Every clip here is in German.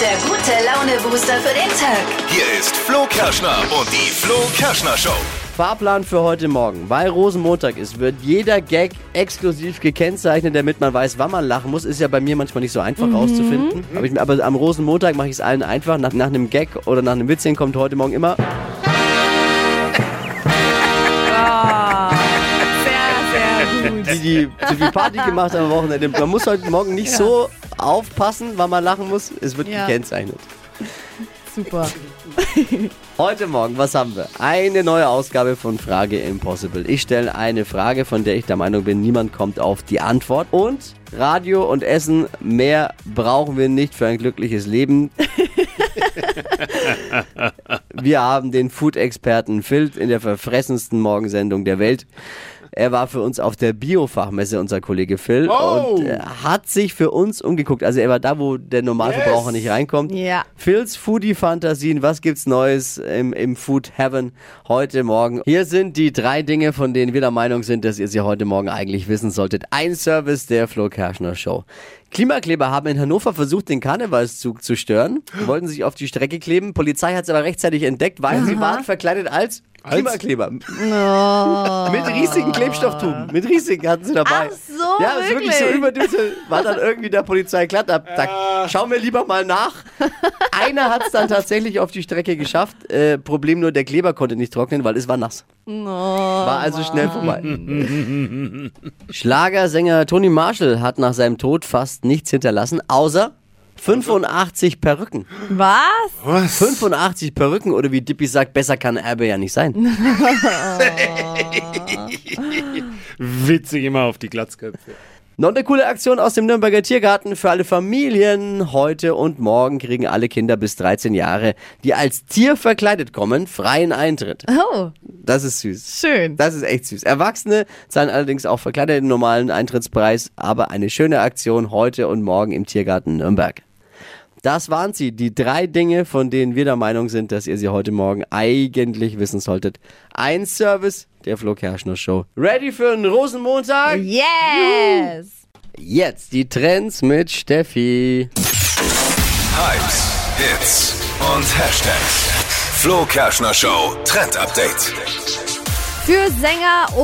Der gute Laune-Booster für den Tag. Hier ist Flo Kerschner und die Flo Kerschner Show. Fahrplan für heute Morgen. Weil Rosenmontag ist, wird jeder Gag exklusiv gekennzeichnet, damit man weiß, wann man lachen muss. Ist ja bei mir manchmal nicht so einfach Mhm. rauszufinden. Aber, ich, aber am Rosenmontag mache ich es allen einfach. Nach, nach einem Gag oder nach einem Witzchen kommt heute Morgen immer. Oh, Sehr, sehr gut. die, die zu viel Party gemacht haben am Wochenende. Man muss heute Morgen nicht so aufpassen, wann man lachen muss. Es wird Ja. gekennzeichnet. Super. Heute Morgen, was haben wir? Eine neue Ausgabe von Frage Impossible. Ich stelle eine Frage, von der ich der Meinung bin, niemand kommt auf die Antwort. Und Radio und Essen, mehr brauchen wir nicht für ein glückliches Leben. wir haben den Food-Experten Phil in der verfressensten Morgensendung der Welt. Er war für uns auf der Biofachmesse, unser Kollege Phil, Oh. und äh, hat sich für uns umgeguckt. Also er war da, wo der Normalverbraucher Yes. nicht reinkommt. Ja. Phil's Foodie-Fantasien, was gibt's Neues im, im Food Heaven heute Morgen? Hier sind die drei Dinge, von denen wir der Meinung sind, dass ihr sie heute Morgen eigentlich wissen solltet. Ein Service der Flo Kerschner Show. Klimakleber haben in Hannover versucht, den Karnevalszug zu stören, wollten sich auf die Strecke kleben. Polizei hat es aber rechtzeitig entdeckt, weil sie waren verkleidet als Klimakleber. Mit riesigen Klebstofftuben. Mit riesigen hatten sie dabei. Ah. Ach so, Ja, ist wirklich so wirklich? Überdüse. War dann irgendwie der Polizei glatt ab. Da, schau mir lieber mal nach. Einer hat es dann tatsächlich auf die Strecke geschafft. Äh, Problem nur, der Kleber konnte nicht trocknen, weil es war nass. War also schnell vorbei. Schlagersänger Tony Marshall hat nach seinem Tod fast nichts hinterlassen, außer 85 Perücken. Was? Was? 85 Perücken oder wie Dippy sagt, besser kann Erbe ja nicht sein. Witzig immer auf die Glatzköpfe. Noch eine coole Aktion aus dem Nürnberger Tiergarten für alle Familien. Heute und morgen kriegen alle Kinder bis 13 Jahre, die als Tier verkleidet kommen, freien Eintritt. Oh, Das ist süß. schön. Das ist echt süß. Erwachsene zahlen allerdings auch verkleidet den normalen Eintrittspreis, aber eine schöne Aktion heute und morgen im Tiergarten Nürnberg. Das waren sie, die drei Dinge, von denen wir der Meinung sind, dass ihr sie heute Morgen eigentlich wissen solltet. Ein Service der Flo Kerschner Show. Ready für einen Rosenmontag? Yes. Jetzt die Trends mit Steffi. Hypes, Hits und Hashtags. Flo Kerschner Show Trend Update. Für Sänger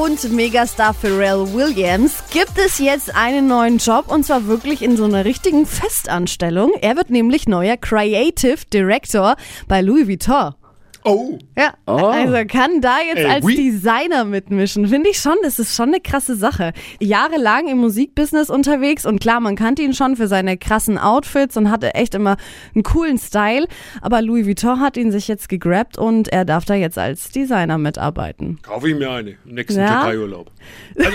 und Megastar Pharrell Williams gibt es jetzt einen neuen Job und zwar wirklich in so einer richtigen Festanstellung. Er wird nämlich neuer Creative Director bei Louis Vuitton. Oh. Ja, Oh. also kann da jetzt Ey, als oui. Designer mitmischen. Finde ich schon, das ist schon eine krasse Sache. Jahrelang im Musikbusiness unterwegs und klar, man kannte ihn schon für seine krassen Outfits und hatte echt immer einen coolen Style. Aber Louis Vuitton hat ihn sich jetzt gegrabt und er darf da jetzt als Designer mitarbeiten. Kaufe ich mir eine. Im nächsten Ja? Türkei-Urlaub. Also,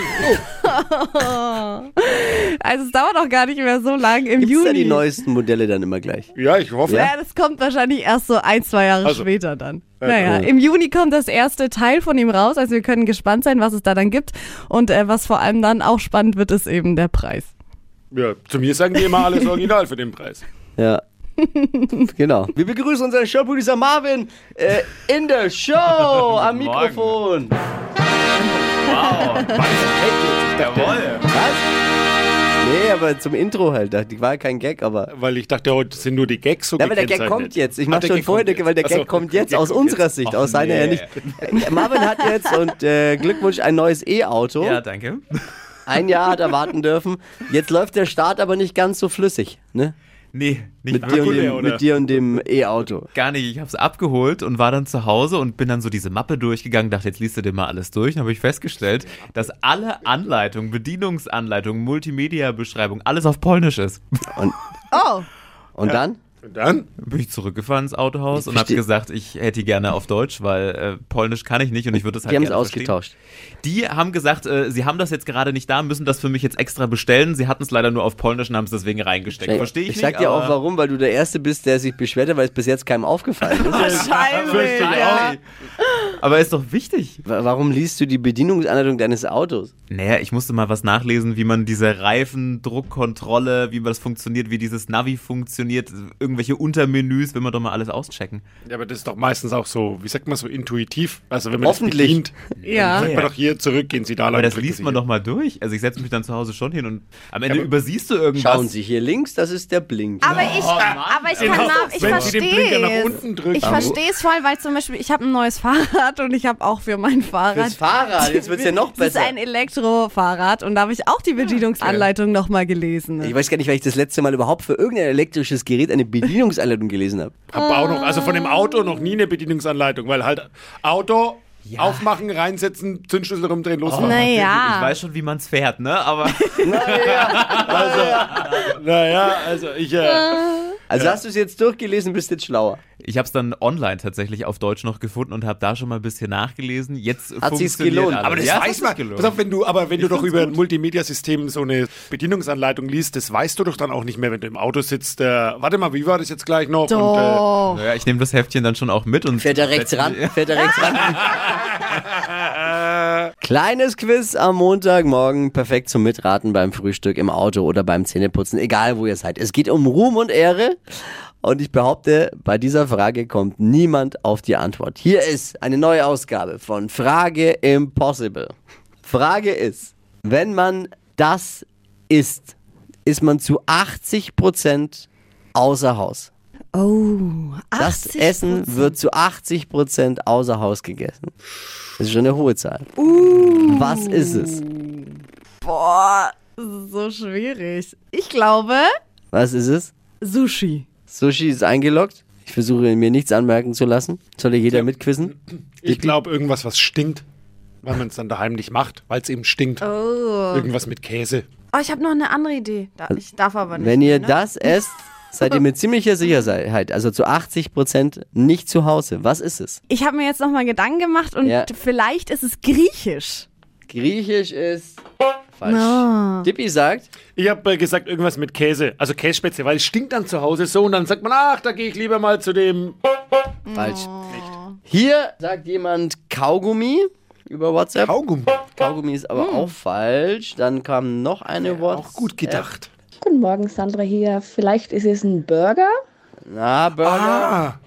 Also es dauert auch gar nicht mehr so lang im Gibt's da Juni. die neuesten Modelle dann immer gleich? oh. Ja, ich hoffe. Ja, das kommt wahrscheinlich erst so ein, zwei Jahre Also. später dann. Ja, naja, cool. im Juni kommt das erste Teil von ihm raus, also wir können gespannt sein, was es da dann gibt. Und äh, was vor allem dann auch spannend wird, ist eben der Preis. Ja, zu mir sagen die immer alles original für den Preis. Ja. genau. Wir begrüßen unseren Showproducer Marvin äh, in der Show am Mikrofon. Jawohl. Nee, aber zum Intro halt. Die war kein Gag, aber. Weil ich dachte, heute sind nur die Gags so Ja, aber der Gag gekennzeichnet. kommt jetzt. Ich Ah, mach schon Gag vorher, kommt den- weil der jetzt. Gag Achso, kommt jetzt der aus kommt unserer jetzt. Sicht, Ach, aus seiner nee. ja nicht. Marvin hat jetzt und äh, Glückwunsch ein neues E-Auto. Ja, danke. Ein Jahr hat er warten dürfen. Jetzt läuft der Start aber nicht ganz so flüssig, ne? Nee, nicht Mit dir und wirklich. Akku leer, dem, oder? mit dir und dem E-Auto. Gar nicht. Ich hab's abgeholt und war dann zu Hause und bin dann so diese Mappe durchgegangen, dachte, jetzt liest du dir mal alles durch. Dann habe ich festgestellt, dass alle Anleitungen, Bedienungsanleitungen, Multimedia-Beschreibung, alles auf Polnisch ist. Oh, Und dann? Und dann? Bin ich zurückgefahren ins Autohaus und habe versteh- gesagt, ich hätte die gerne auf Deutsch, weil äh, Polnisch kann ich nicht und ich würde das halt Die haben es gerne verstehen. ausgetauscht. Die haben gesagt, äh, sie haben das jetzt gerade nicht da, müssen das für mich jetzt extra bestellen. Sie hatten es leider nur auf Polnisch und haben es deswegen reingesteckt. Verstehe ich, ich nicht. sag dir auch aber- warum, weil du der Erste bist, der sich beschwert hat, weil es bis jetzt keinem aufgefallen ist. wahrscheinlich. Ja. Aber ist doch wichtig. Wa- Warum liest du die Bedienungsanleitung deines Autos? Naja, ich musste mal was nachlesen, wie man diese Reifendruckkontrolle, wie das funktioniert, wie dieses Navi funktioniert, irgendwelche Menüs, will man doch mal alles auschecken. Ja, aber das ist doch meistens auch so, wie sagt man so, intuitiv. Also wenn man Hoffentlich. das bedient, Ja. sagt man doch hier zurück, gehen Sie da lang. Aber das drücken liest Sie man hier. doch mal durch. Also ich setze mich dann zu Hause schon hin und am Ende übersiehst du irgendwas. Schauen Sie hier links, das ist der Blink. Aber ich, Oh, aber ich kann nach, ich Wenn Sie den Blinker nach verstehe unten drücken. Ich verstehe es voll, weil zum Beispiel ich habe ein neues Fahrrad und ich habe auch für mein Fahrrad. Fürs Fahrrad, jetzt wird's ja noch Das ist besser. ein E- Elektrofahrrad und da habe ich auch die Bedienungsanleitung nochmal gelesen. Ich weiß gar nicht, weil ich das letzte Mal überhaupt für irgendein elektrisches Gerät eine Bedienungsanleitung gelesen habe. Hab auch Oh. noch, also von dem Auto noch nie eine Bedienungsanleitung, weil halt Auto aufmachen, reinsetzen, Zündschlüssel rumdrehen, losfahren. Ich Naja. weiß schon, wie man es fährt, ne? Aber Naja, also ich, äh, Also hast du es jetzt durchgelesen, bist jetzt schlauer. ich habe es dann online tatsächlich auf Deutsch noch gefunden und habe da schon mal ein bisschen nachgelesen. Jetzt Hat sich's gelohnt. Alles. aber das ja, es hat weiß sich man. gelohnt. Pass auf, wenn du, aber wenn du doch find's über gut. ein Multimedia-System so eine Bedienungsanleitung liest, das weißt du doch dann auch nicht mehr, wenn du im Auto sitzt. Äh, warte mal, wie war das jetzt gleich noch? Und, äh, Doch. Naja, ich nehme das Heftchen dann schon auch mit und Fährt er rechts ran? Fährt er rechts ran? Kleines Quiz am Montagmorgen, perfekt zum Mitraten beim Frühstück, im Auto oder beim Zähneputzen, egal wo ihr seid. Es geht um Ruhm und Ehre. Und ich behaupte, bei dieser Frage kommt niemand auf die Antwort. Hier ist eine neue Ausgabe von Frage Impossible. Frage ist, wenn man das isst, ist man zu 80% außer Haus. Oh, 80 äh, Das Essen wird zu 80% außer Haus gegessen. Das ist schon eine hohe Zahl. Was ist es? Boah, das Oh, ist so schwierig. Ich glaube, Was ist es? Sushi. Sushi ist eingeloggt. Ich versuche mir nichts anmerken zu lassen. Soll hier jeder mitquissen? äh, ich glaube, irgendwas, was stinkt, weil man es dann daheim nicht macht, weil es eben stinkt. Oh. Irgendwas mit Käse. Oh, ich habe noch eine andere Idee. Da- Ich darf aber nicht. Wenn ihr ne? das esst, seid ihr mit ziemlicher Sicherheit, also zu 80% nicht zu Hause. Was ist es? Ich habe mir jetzt nochmal Gedanken gemacht und Ja. vielleicht ist es griechisch. Griechisch ist falsch. Na. Dippi sagt, Ich habe äh, gesagt, irgendwas mit Käse, also Kässpätzle, weil es stinkt dann zu Hause so und dann sagt man, ach, da gehe ich lieber mal zu dem. falsch. Hier sagt jemand Kaugummi über WhatsApp. Kaugummi. Kaugummi ist aber auch falsch. Dann kam noch eine Wort. Auch gut gedacht. Guten Morgen, Sandra hier. Vielleicht ist es ein Burger? Na, Burger.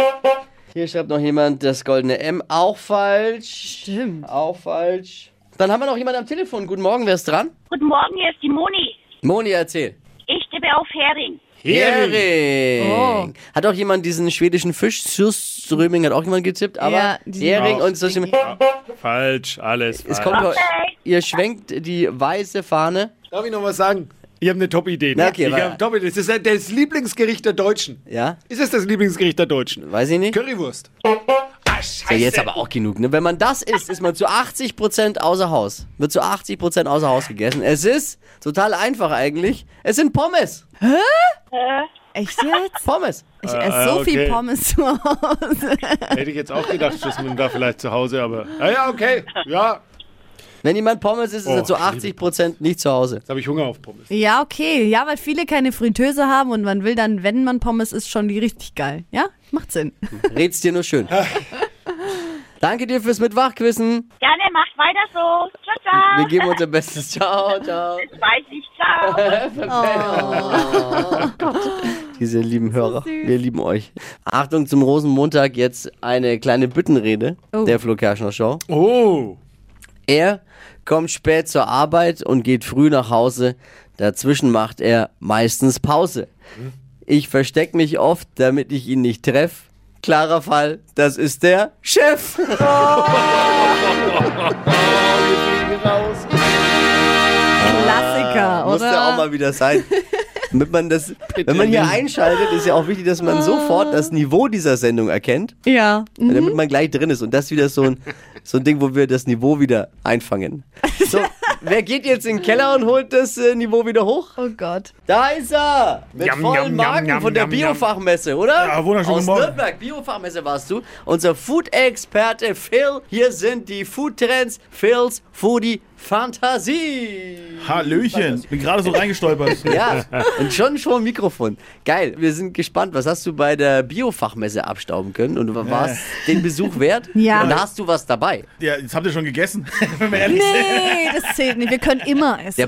Hier schreibt noch jemand das goldene M. Auch falsch. Stimmt. Auch falsch. Dann haben wir noch jemanden am Telefon. Guten Morgen, wer ist dran? Guten Morgen, hier ist die Moni. Moni, erzähl. Ich tippe auf Hering. Hering. Hering. Oh. Hat auch jemand diesen schwedischen Fisch, Surströming, hat auch jemand getippt, aber Ja, diesen- Hering Auch. und Surströming. Falsch, alles. Es falsch. kommt, doch- Okay. ihr schwenkt die weiße Fahne. Darf ich noch was sagen? Ich habe eine Top-Idee. ne? Na, okay, ich warte. hab Top-Idee. Das ist äh, das Lieblingsgericht der Deutschen. Ja, Ist es das Lieblingsgericht der Deutschen? weiß ich nicht. Currywurst. So, jetzt aber auch genug. Ne? Wenn man das isst, ist man zu 80% außer Haus. Wird zu 80% außer Haus gegessen. Es ist total einfach eigentlich. Es sind Pommes. Echt jetzt? Pommes. Ich esse so okay. viel Pommes zu Hause. Hätte ich jetzt auch gedacht, dass man da vielleicht zu Hause, aber. Ja, ja, okay. Ja, Wenn jemand Pommes isst, ist er Oh, zu ich 80 Prozent nicht zu Hause. jetzt habe ich Hunger auf Pommes. Ja, okay. Ja, weil viele keine Fritteuse haben und man will dann, wenn man Pommes isst, schon die richtig geil. Ja, macht Sinn. Red's dir nur schön. Danke dir fürs Mitwachquissen. Gerne, macht weiter so. Wir Ciao, ciao. geben unser Bestes. Ciao, ciao. Weiß ich, ciao. Diese lieben Hörer, wir lieben euch. Achtung zum Rosenmontag jetzt eine kleine Büttenrede Oh. der Flo Kerschner Show. Oh. Er kommt spät zur Arbeit und geht früh nach Hause. Dazwischen macht er meistens Pause. Ich verstecke mich oft, damit ich ihn nicht treffe. Klarer Fall, das ist der Chef. Klassiker, Muss ja Ah, auch oder? mal wieder sein. Damit man das, wenn man hier nicht. einschaltet, ist ja auch wichtig, dass man sofort das Niveau dieser Sendung erkennt, Ja. Ah. Mhm. damit man gleich drin ist. Und das ist wieder so ein, so ein Ding, wo wir das Niveau wieder einfangen. So, wer geht jetzt in den Keller und holt das äh, Niveau wieder hoch? Oh Gott. Da ist er! Mit Yum, vollen yum, Magen yum, von der yum, yum. Biofachmesse, oder? Ja, wunderschönen Aus guten Morgen. Nürnberg, Biofachmesse warst du. Unser Food-Experte Phil. Hier sind die Food-Trends. Phil's Foodie Fantasie. Hallöchen, bin gerade so reingestolpert. Ja, und schon schon Mikrofon. Geil, wir sind gespannt. Was hast du bei der Biofachmesse abstauben können und war es Äh. den Besuch wert? Ja. Und hast du was dabei? ja, jetzt habt ihr schon gegessen, wenn wir ehrlich Nee, das zählt nicht. Wir können immer essen. Der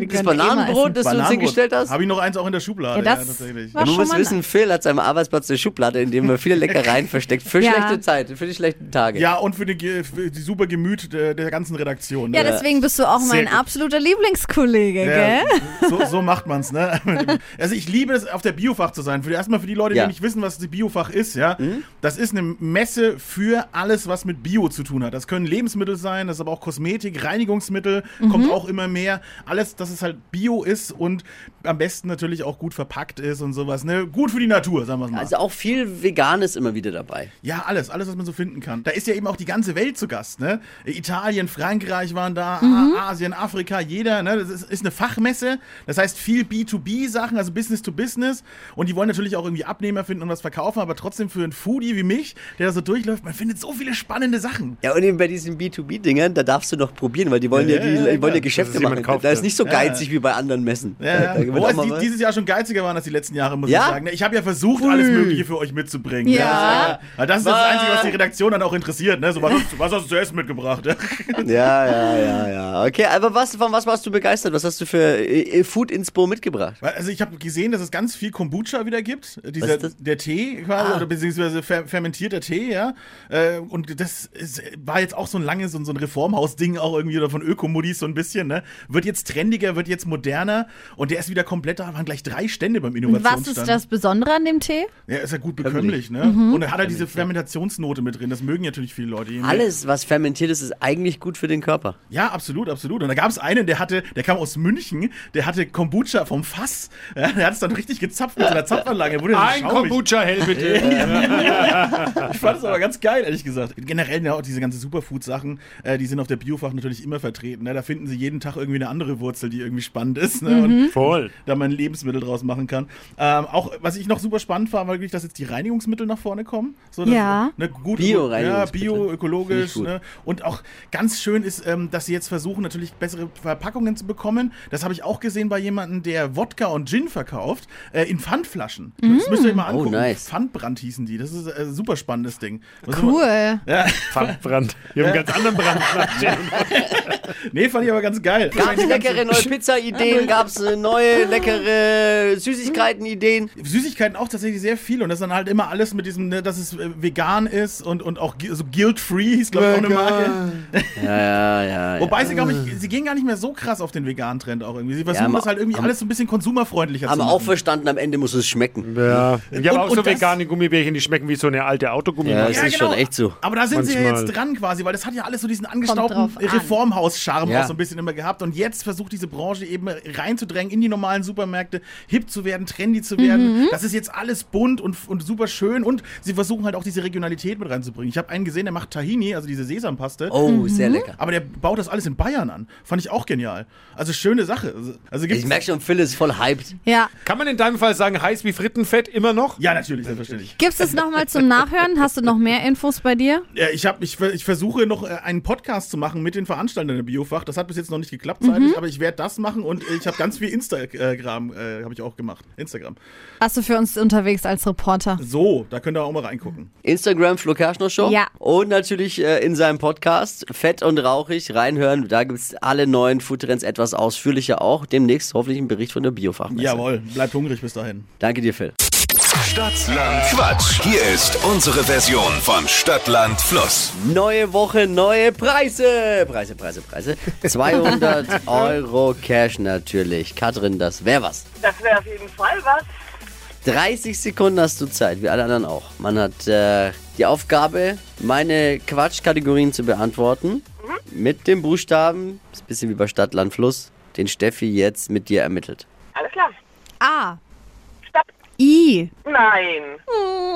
Wir das können immer essen. Bananenbrot, das du uns hingestellt hast? Habe ich noch eins auch in der Schublade. Ja, das tatsächlich. war Du schon musst mal wissen, Phil hat seinem Arbeitsplatz eine Schublade, in dem er viele Leckereien versteckt. Für Ja. schlechte Zeiten, für die schlechten Tage. Ja, und für die, Ge- für die super Gemüt der, der ganzen Redaktion. Ja, ne? deswegen bist du auch Sehr mein gut. absoluter Lieblingskollege, Ja, gell? so, so macht man's, ne? Also ich liebe es, auf der Biofach zu sein. Für erstmal für die Leute, Ja. Mhm. die nicht wissen, was die Biofach ist, ja. Das ist eine Messe für alles, was mit Bio zu tun hat. Das können Lebensmittel sein, das ist aber auch Kosmetik, Reinigungsmittel, kommt auch immer mehr. Alles, dass es halt Bio ist und am besten natürlich auch gut verpackt ist und sowas, ne? Gut für die Natur, sagen wir's mal. Also auch viel Veganes immer wieder dabei. Ja, alles, alles, was man so finden kann. Da ist ja eben auch die ganze Welt zu Gast, ne? Italien, Frankreich waren da, A- Asien, Afrika, jeder, ne? Das ist, ist eine Fachmesse, das heißt viel B2B-Sachen, also Business to Business. Und die wollen natürlich auch irgendwie Abnehmer finden und was verkaufen, aber trotzdem für einen Foodie wie mich, der da so durchläuft, man findet so viele spannende Sachen. Ja, und eben bei diesen B2B-Dingern, da darfst du noch probieren, weil die wollen ja, Ja, die, ja, die wollen ja klar, dass Geschäfte es machen. jemand kauft, Da ist ja. nicht so geizig wie bei anderen Messen. Da- Ja, da ja. gehen wir Wobei doch es mal die, rein. dieses Jahr schon geiziger waren als die letzten Jahre, muss Ja? ich sagen. ne? Ich habe ja versucht, alles Mögliche für euch mitzubringen. Ja. Ja, das, das ist das Einzige, was die Redaktion dann auch interessiert. Ne? So, was, hast du- was hast du zuerst mitgebracht? Ja, ja, ja, ja. Okay, aber was, von was warst du begeistert? Was hast du für äh, äh, Food Inspo mitgebracht? Weil, Also ich habe gesehen, dass es ganz viel Kombucha wieder gibt. Äh, Was Dieser, ist das? Ah. Der Tee quasi, oder beziehungsweise fer fermentierter Tee, ja. Äh, Und das ist, war jetzt auch so ein langes, so ein so ein Reformhaus-Ding auch irgendwie oder von Ökomodis so ein bisschen, ne? Wird jetzt trendiger, wird jetzt moderner und der ist wieder komplett, da waren gleich drei Stände beim Und Innovationsstand. was ist das Mhm. Besondere an dem Tee? Ja, ist ja gut bekömmlich, ne? Und er hat halt diese Fermentationsnote mit drin. Das mögen natürlich viele Leute. Je mehr- Alles, was fermentiert ist, ist eigentlich gut für den Körper. Ja, absolut, absolut. Und da gab es einen, der hatte, der kam aus München, der hatte Kombucha vom Fass. Ja, der hat es dann richtig gezapft mit so einer Zapfanlage. Der Wurde so Ein schaumig. Kombucha hell bitte. Ich fand es aber ganz geil, ehrlich gesagt. Generell ja, auch diese ganzen Superfood-Sachen, äh, die sind auf der Biofach natürlich immer vertreten. Ne? Da finden sie jeden Tag irgendwie eine andere Wurzel, die irgendwie spannend ist. Ne? Und Voll. da man Lebensmittel draus machen kann. Ähm, auch, was ich noch super spannend fand, war wirklich, dass jetzt die Reinigungsmittel nach vorne kommen. So, dass, Ja. Ne, gut, ja, Bio-Reinigungsmittel. bio, Finde ich ökologisch. gut. Ne? Und auch ganz schön ist, ähm, dass sie jetzt versuchen, natürlich bessere Verpackungen zu bekommen. Das habe ich auch gesehen bei jemandem, der Wodka und Gin verkauft, äh, in Pfandflaschen. Mm. Das müsst ihr euch mal Oh, angucken. nice. Pfandbrand hießen die. Das ist äh, ein super spannendes Ding. Das ist immer- Cool. Pfandbrand. Wir haben einen ganz anderen Brand. Nee, fand ich aber ganz geil. Gab's leckere neue Pizza-Ideen, gab's äh, neue leckere Süßigkeiten-Ideen. Süßigkeiten auch tatsächlich sehr viel und das dann halt immer alles mit diesem, ne, dass es äh, vegan ist und, und auch gi- so guilt-free ist, glaube ich, auch eine Marke. Ja, ja, ja. Wobei sie, glaube ich, sie gehen gar nicht mehr so krass auf den veganen Trend auch irgendwie. Sie Ja, versuchen aber- das halt irgendwie aber- alles so ein bisschen konsumerfreundlicher zu Haben machen. auch verstanden, am Ende muss es schmecken. Ja. Ich Und- habe auch und so das- vegane Gummibärchen, die schmecken wie so eine alte Ja, Autogummimaske. es ist schon echt so. genau. Aber da sind sie ja Manchmal. jetzt dran quasi, weil das hat ja alles so diesen angestaubten drauf an. Reformhaus-Charme Ja. auch so ein bisschen immer gehabt. Und jetzt versucht diese Branche eben reinzudrängen in die normalen Supermärkte, hip zu werden, trendy zu werden. Mhm. Das ist jetzt alles bunt und, und super schön. Und sie versuchen halt auch diese Regionalität mit reinzubringen. Ich habe einen gesehen, der macht Tahini, also diese Sesampaste. Oh, sehr lecker. Aber der baut das alles in Bayern an. Fand ich auch genial. Also schöne Sache. Also, Also gibt's Ich merke schon, Phil ist voll hyped. Ja. Kann man in deinem Fall sagen, heiß wie Frittenfett immer noch? Ja, natürlich, selbstverständlich. Gibt's es nochmal zum Nachhören? Hast du noch mehr Infos bei dir? Ja, Äh, ich, hab, ich, ver- ich versuche noch äh, einen Podcast zu machen mit den Veranstaltern der Biofach. Das hat bis jetzt noch nicht geklappt Mhm. zeitlich, aber ich werde das machen und ich habe ganz viel Instagram äh, habe ich auch gemacht. Instagram. Hast du für uns unterwegs als Reporter? So, da könnt ihr auch mal Hm. reingucken. Instagram Flo Kerschner Show. Ja. Und natürlich äh, in seinem Podcast Fett und Rauchig reinhören. Da gibt's alle neuen Foodtrends etwas ausführlicher auch. Demnächst hoffentlich einen Bericht von der Biofachmesse. Jawohl, bleibt hungrig bis dahin. Danke dir, Phil. Stadtland Quatsch. Hier ist unsere Version von Stadtland Fluss. Neue Woche, neue Preise. Preise, Preise, Preise. 200 Euro Cash natürlich. Katrin, das wäre was. Das wäre auf jeden Fall was. 30 Sekunden hast du Zeit, wie alle anderen auch. Man hat äh, die Aufgabe, meine Quatschkategorien zu beantworten. Mhm. Mit dem Buchstaben, ist ein bisschen wie bei Stadt, Land, Fluss, den Steffi jetzt mit dir ermittelt. Alles klar. A. Stopp. I. Nein.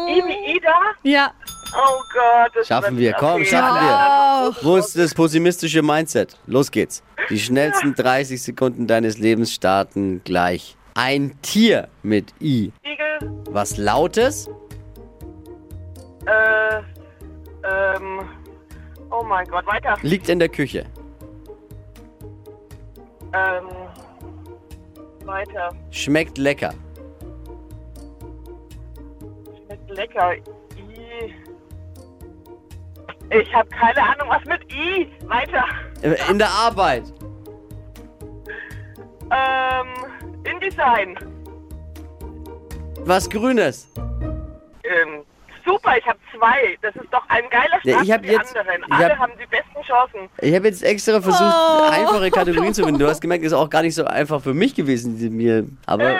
I- Ida? Ja. Oh Gott. Das Hm. Schaffen wir, wird- komm, okay. schaffen Oh. wir. Wo ist das pessimistische Mindset? Los geht's. Die schnellsten 30 Sekunden deines Lebens starten gleich. Ein Tier mit I. Igel, Was Lautes? äh, ähm, oh mein Gott, weiter. liegt in der Küche. Ähm, weiter. Schmeckt lecker. Schmeckt lecker. I. Ich habe keine Ahnung, was mit I. Weiter. In der Arbeit. Ähm, InDesign. Was Grünes. Ähm, super, ich habe zwei. Das ist doch ein geiler Ja, Start ich hab für die jetzt- anderen. ich Alle hab- haben die besten Chancen. Ich habe jetzt extra versucht, Oh. einfache Kategorien zu finden. Du hast gemerkt, ist auch gar nicht so einfach für mich gewesen, die mir. Aber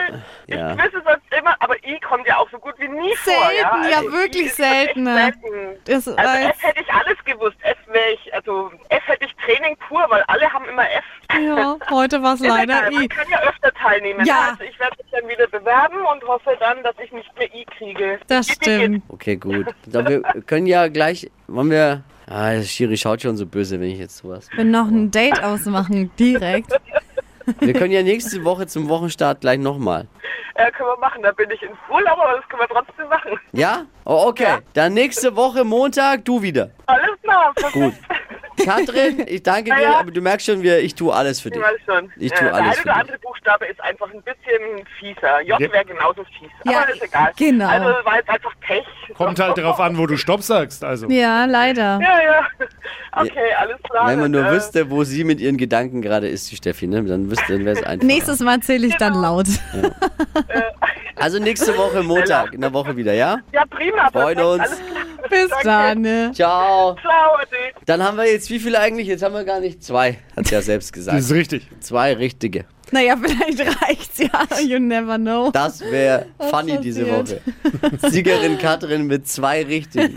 Ich ja. wüsste sonst immer, aber I kommt Oh, ja auch so gut wie nie vor. Selten, ja, I wirklich ist schon echt selten. selten. Das Also weiß- F hätte ich alles gewusst. F wäre ich, also F hätte ich Training pur, weil alle haben immer F. Ja, heute war es Ist leider egal, I. Man kann ja öfter teilnehmen. Ja. Also ich werde mich dann wieder bewerben und hoffe dann, dass ich nicht mehr I kriege. Das Gib mir stimmt. Okay, gut. Dann wir können ja gleich. Wollen wir. Ah, das Schiri schaut schon so böse, wenn ich jetzt sowas. Wir noch ein Date ausmachen, direkt. Wir können ja nächste Woche zum Wochenstart gleich nochmal. jetzt, Äh, können wir machen. Da bin ich in Urlaub, aber das können wir trotzdem machen. Ja? Oh, okay. Dann nächste Woche Montag, du wieder. Alles klar. perfekt. Gut. Katrin, ich danke dir, ja. aber du merkst schon, wir, ich tue alles für Ich dich. weiß schon. Ich Äh, tue der alles eine für oder dich. andere Buchstabe ist einfach ein bisschen fieser. J Ja. wäre genauso fies. Ja, aber ist egal. genau. Also war jetzt einfach Pech. Kommt halt drauf an, wo du Stopp sagst. Also. Ja, leider. Ja, ja. Okay, alles klar. Wenn man nur Dann, äh, wüsste, wo sie mit ihren Gedanken gerade ist, die Steffi, ne? dann wüsste, dann wäre es einfach. Nächstes Mal zähle ich dann laut. Also nächste Woche Montag, in der Woche wieder, ja? Ja, prima. Freuen perfekt, uns. Alles klar. Bis Danke. dann. ne? Ciao. Ciao, Ade. Dann haben wir jetzt wie viele eigentlich? Jetzt haben wir gar nicht zwei, hat sie ja selbst Das ist gesagt. richtig. Zwei richtige. Naja, vielleicht reicht's ja. You never know. Das wäre funny passiert? diese Woche. Siegerin Katrin mit zwei richtigen,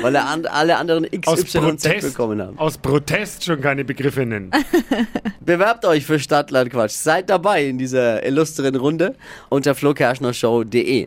weil er an, alle anderen Aus XYZ Protest, bekommen haben. aus Protest schon keine Begriffe nennen. Bewerbt euch für Stadtlandquatsch. Seid dabei in dieser illustren Runde unter flokerschnershow.de.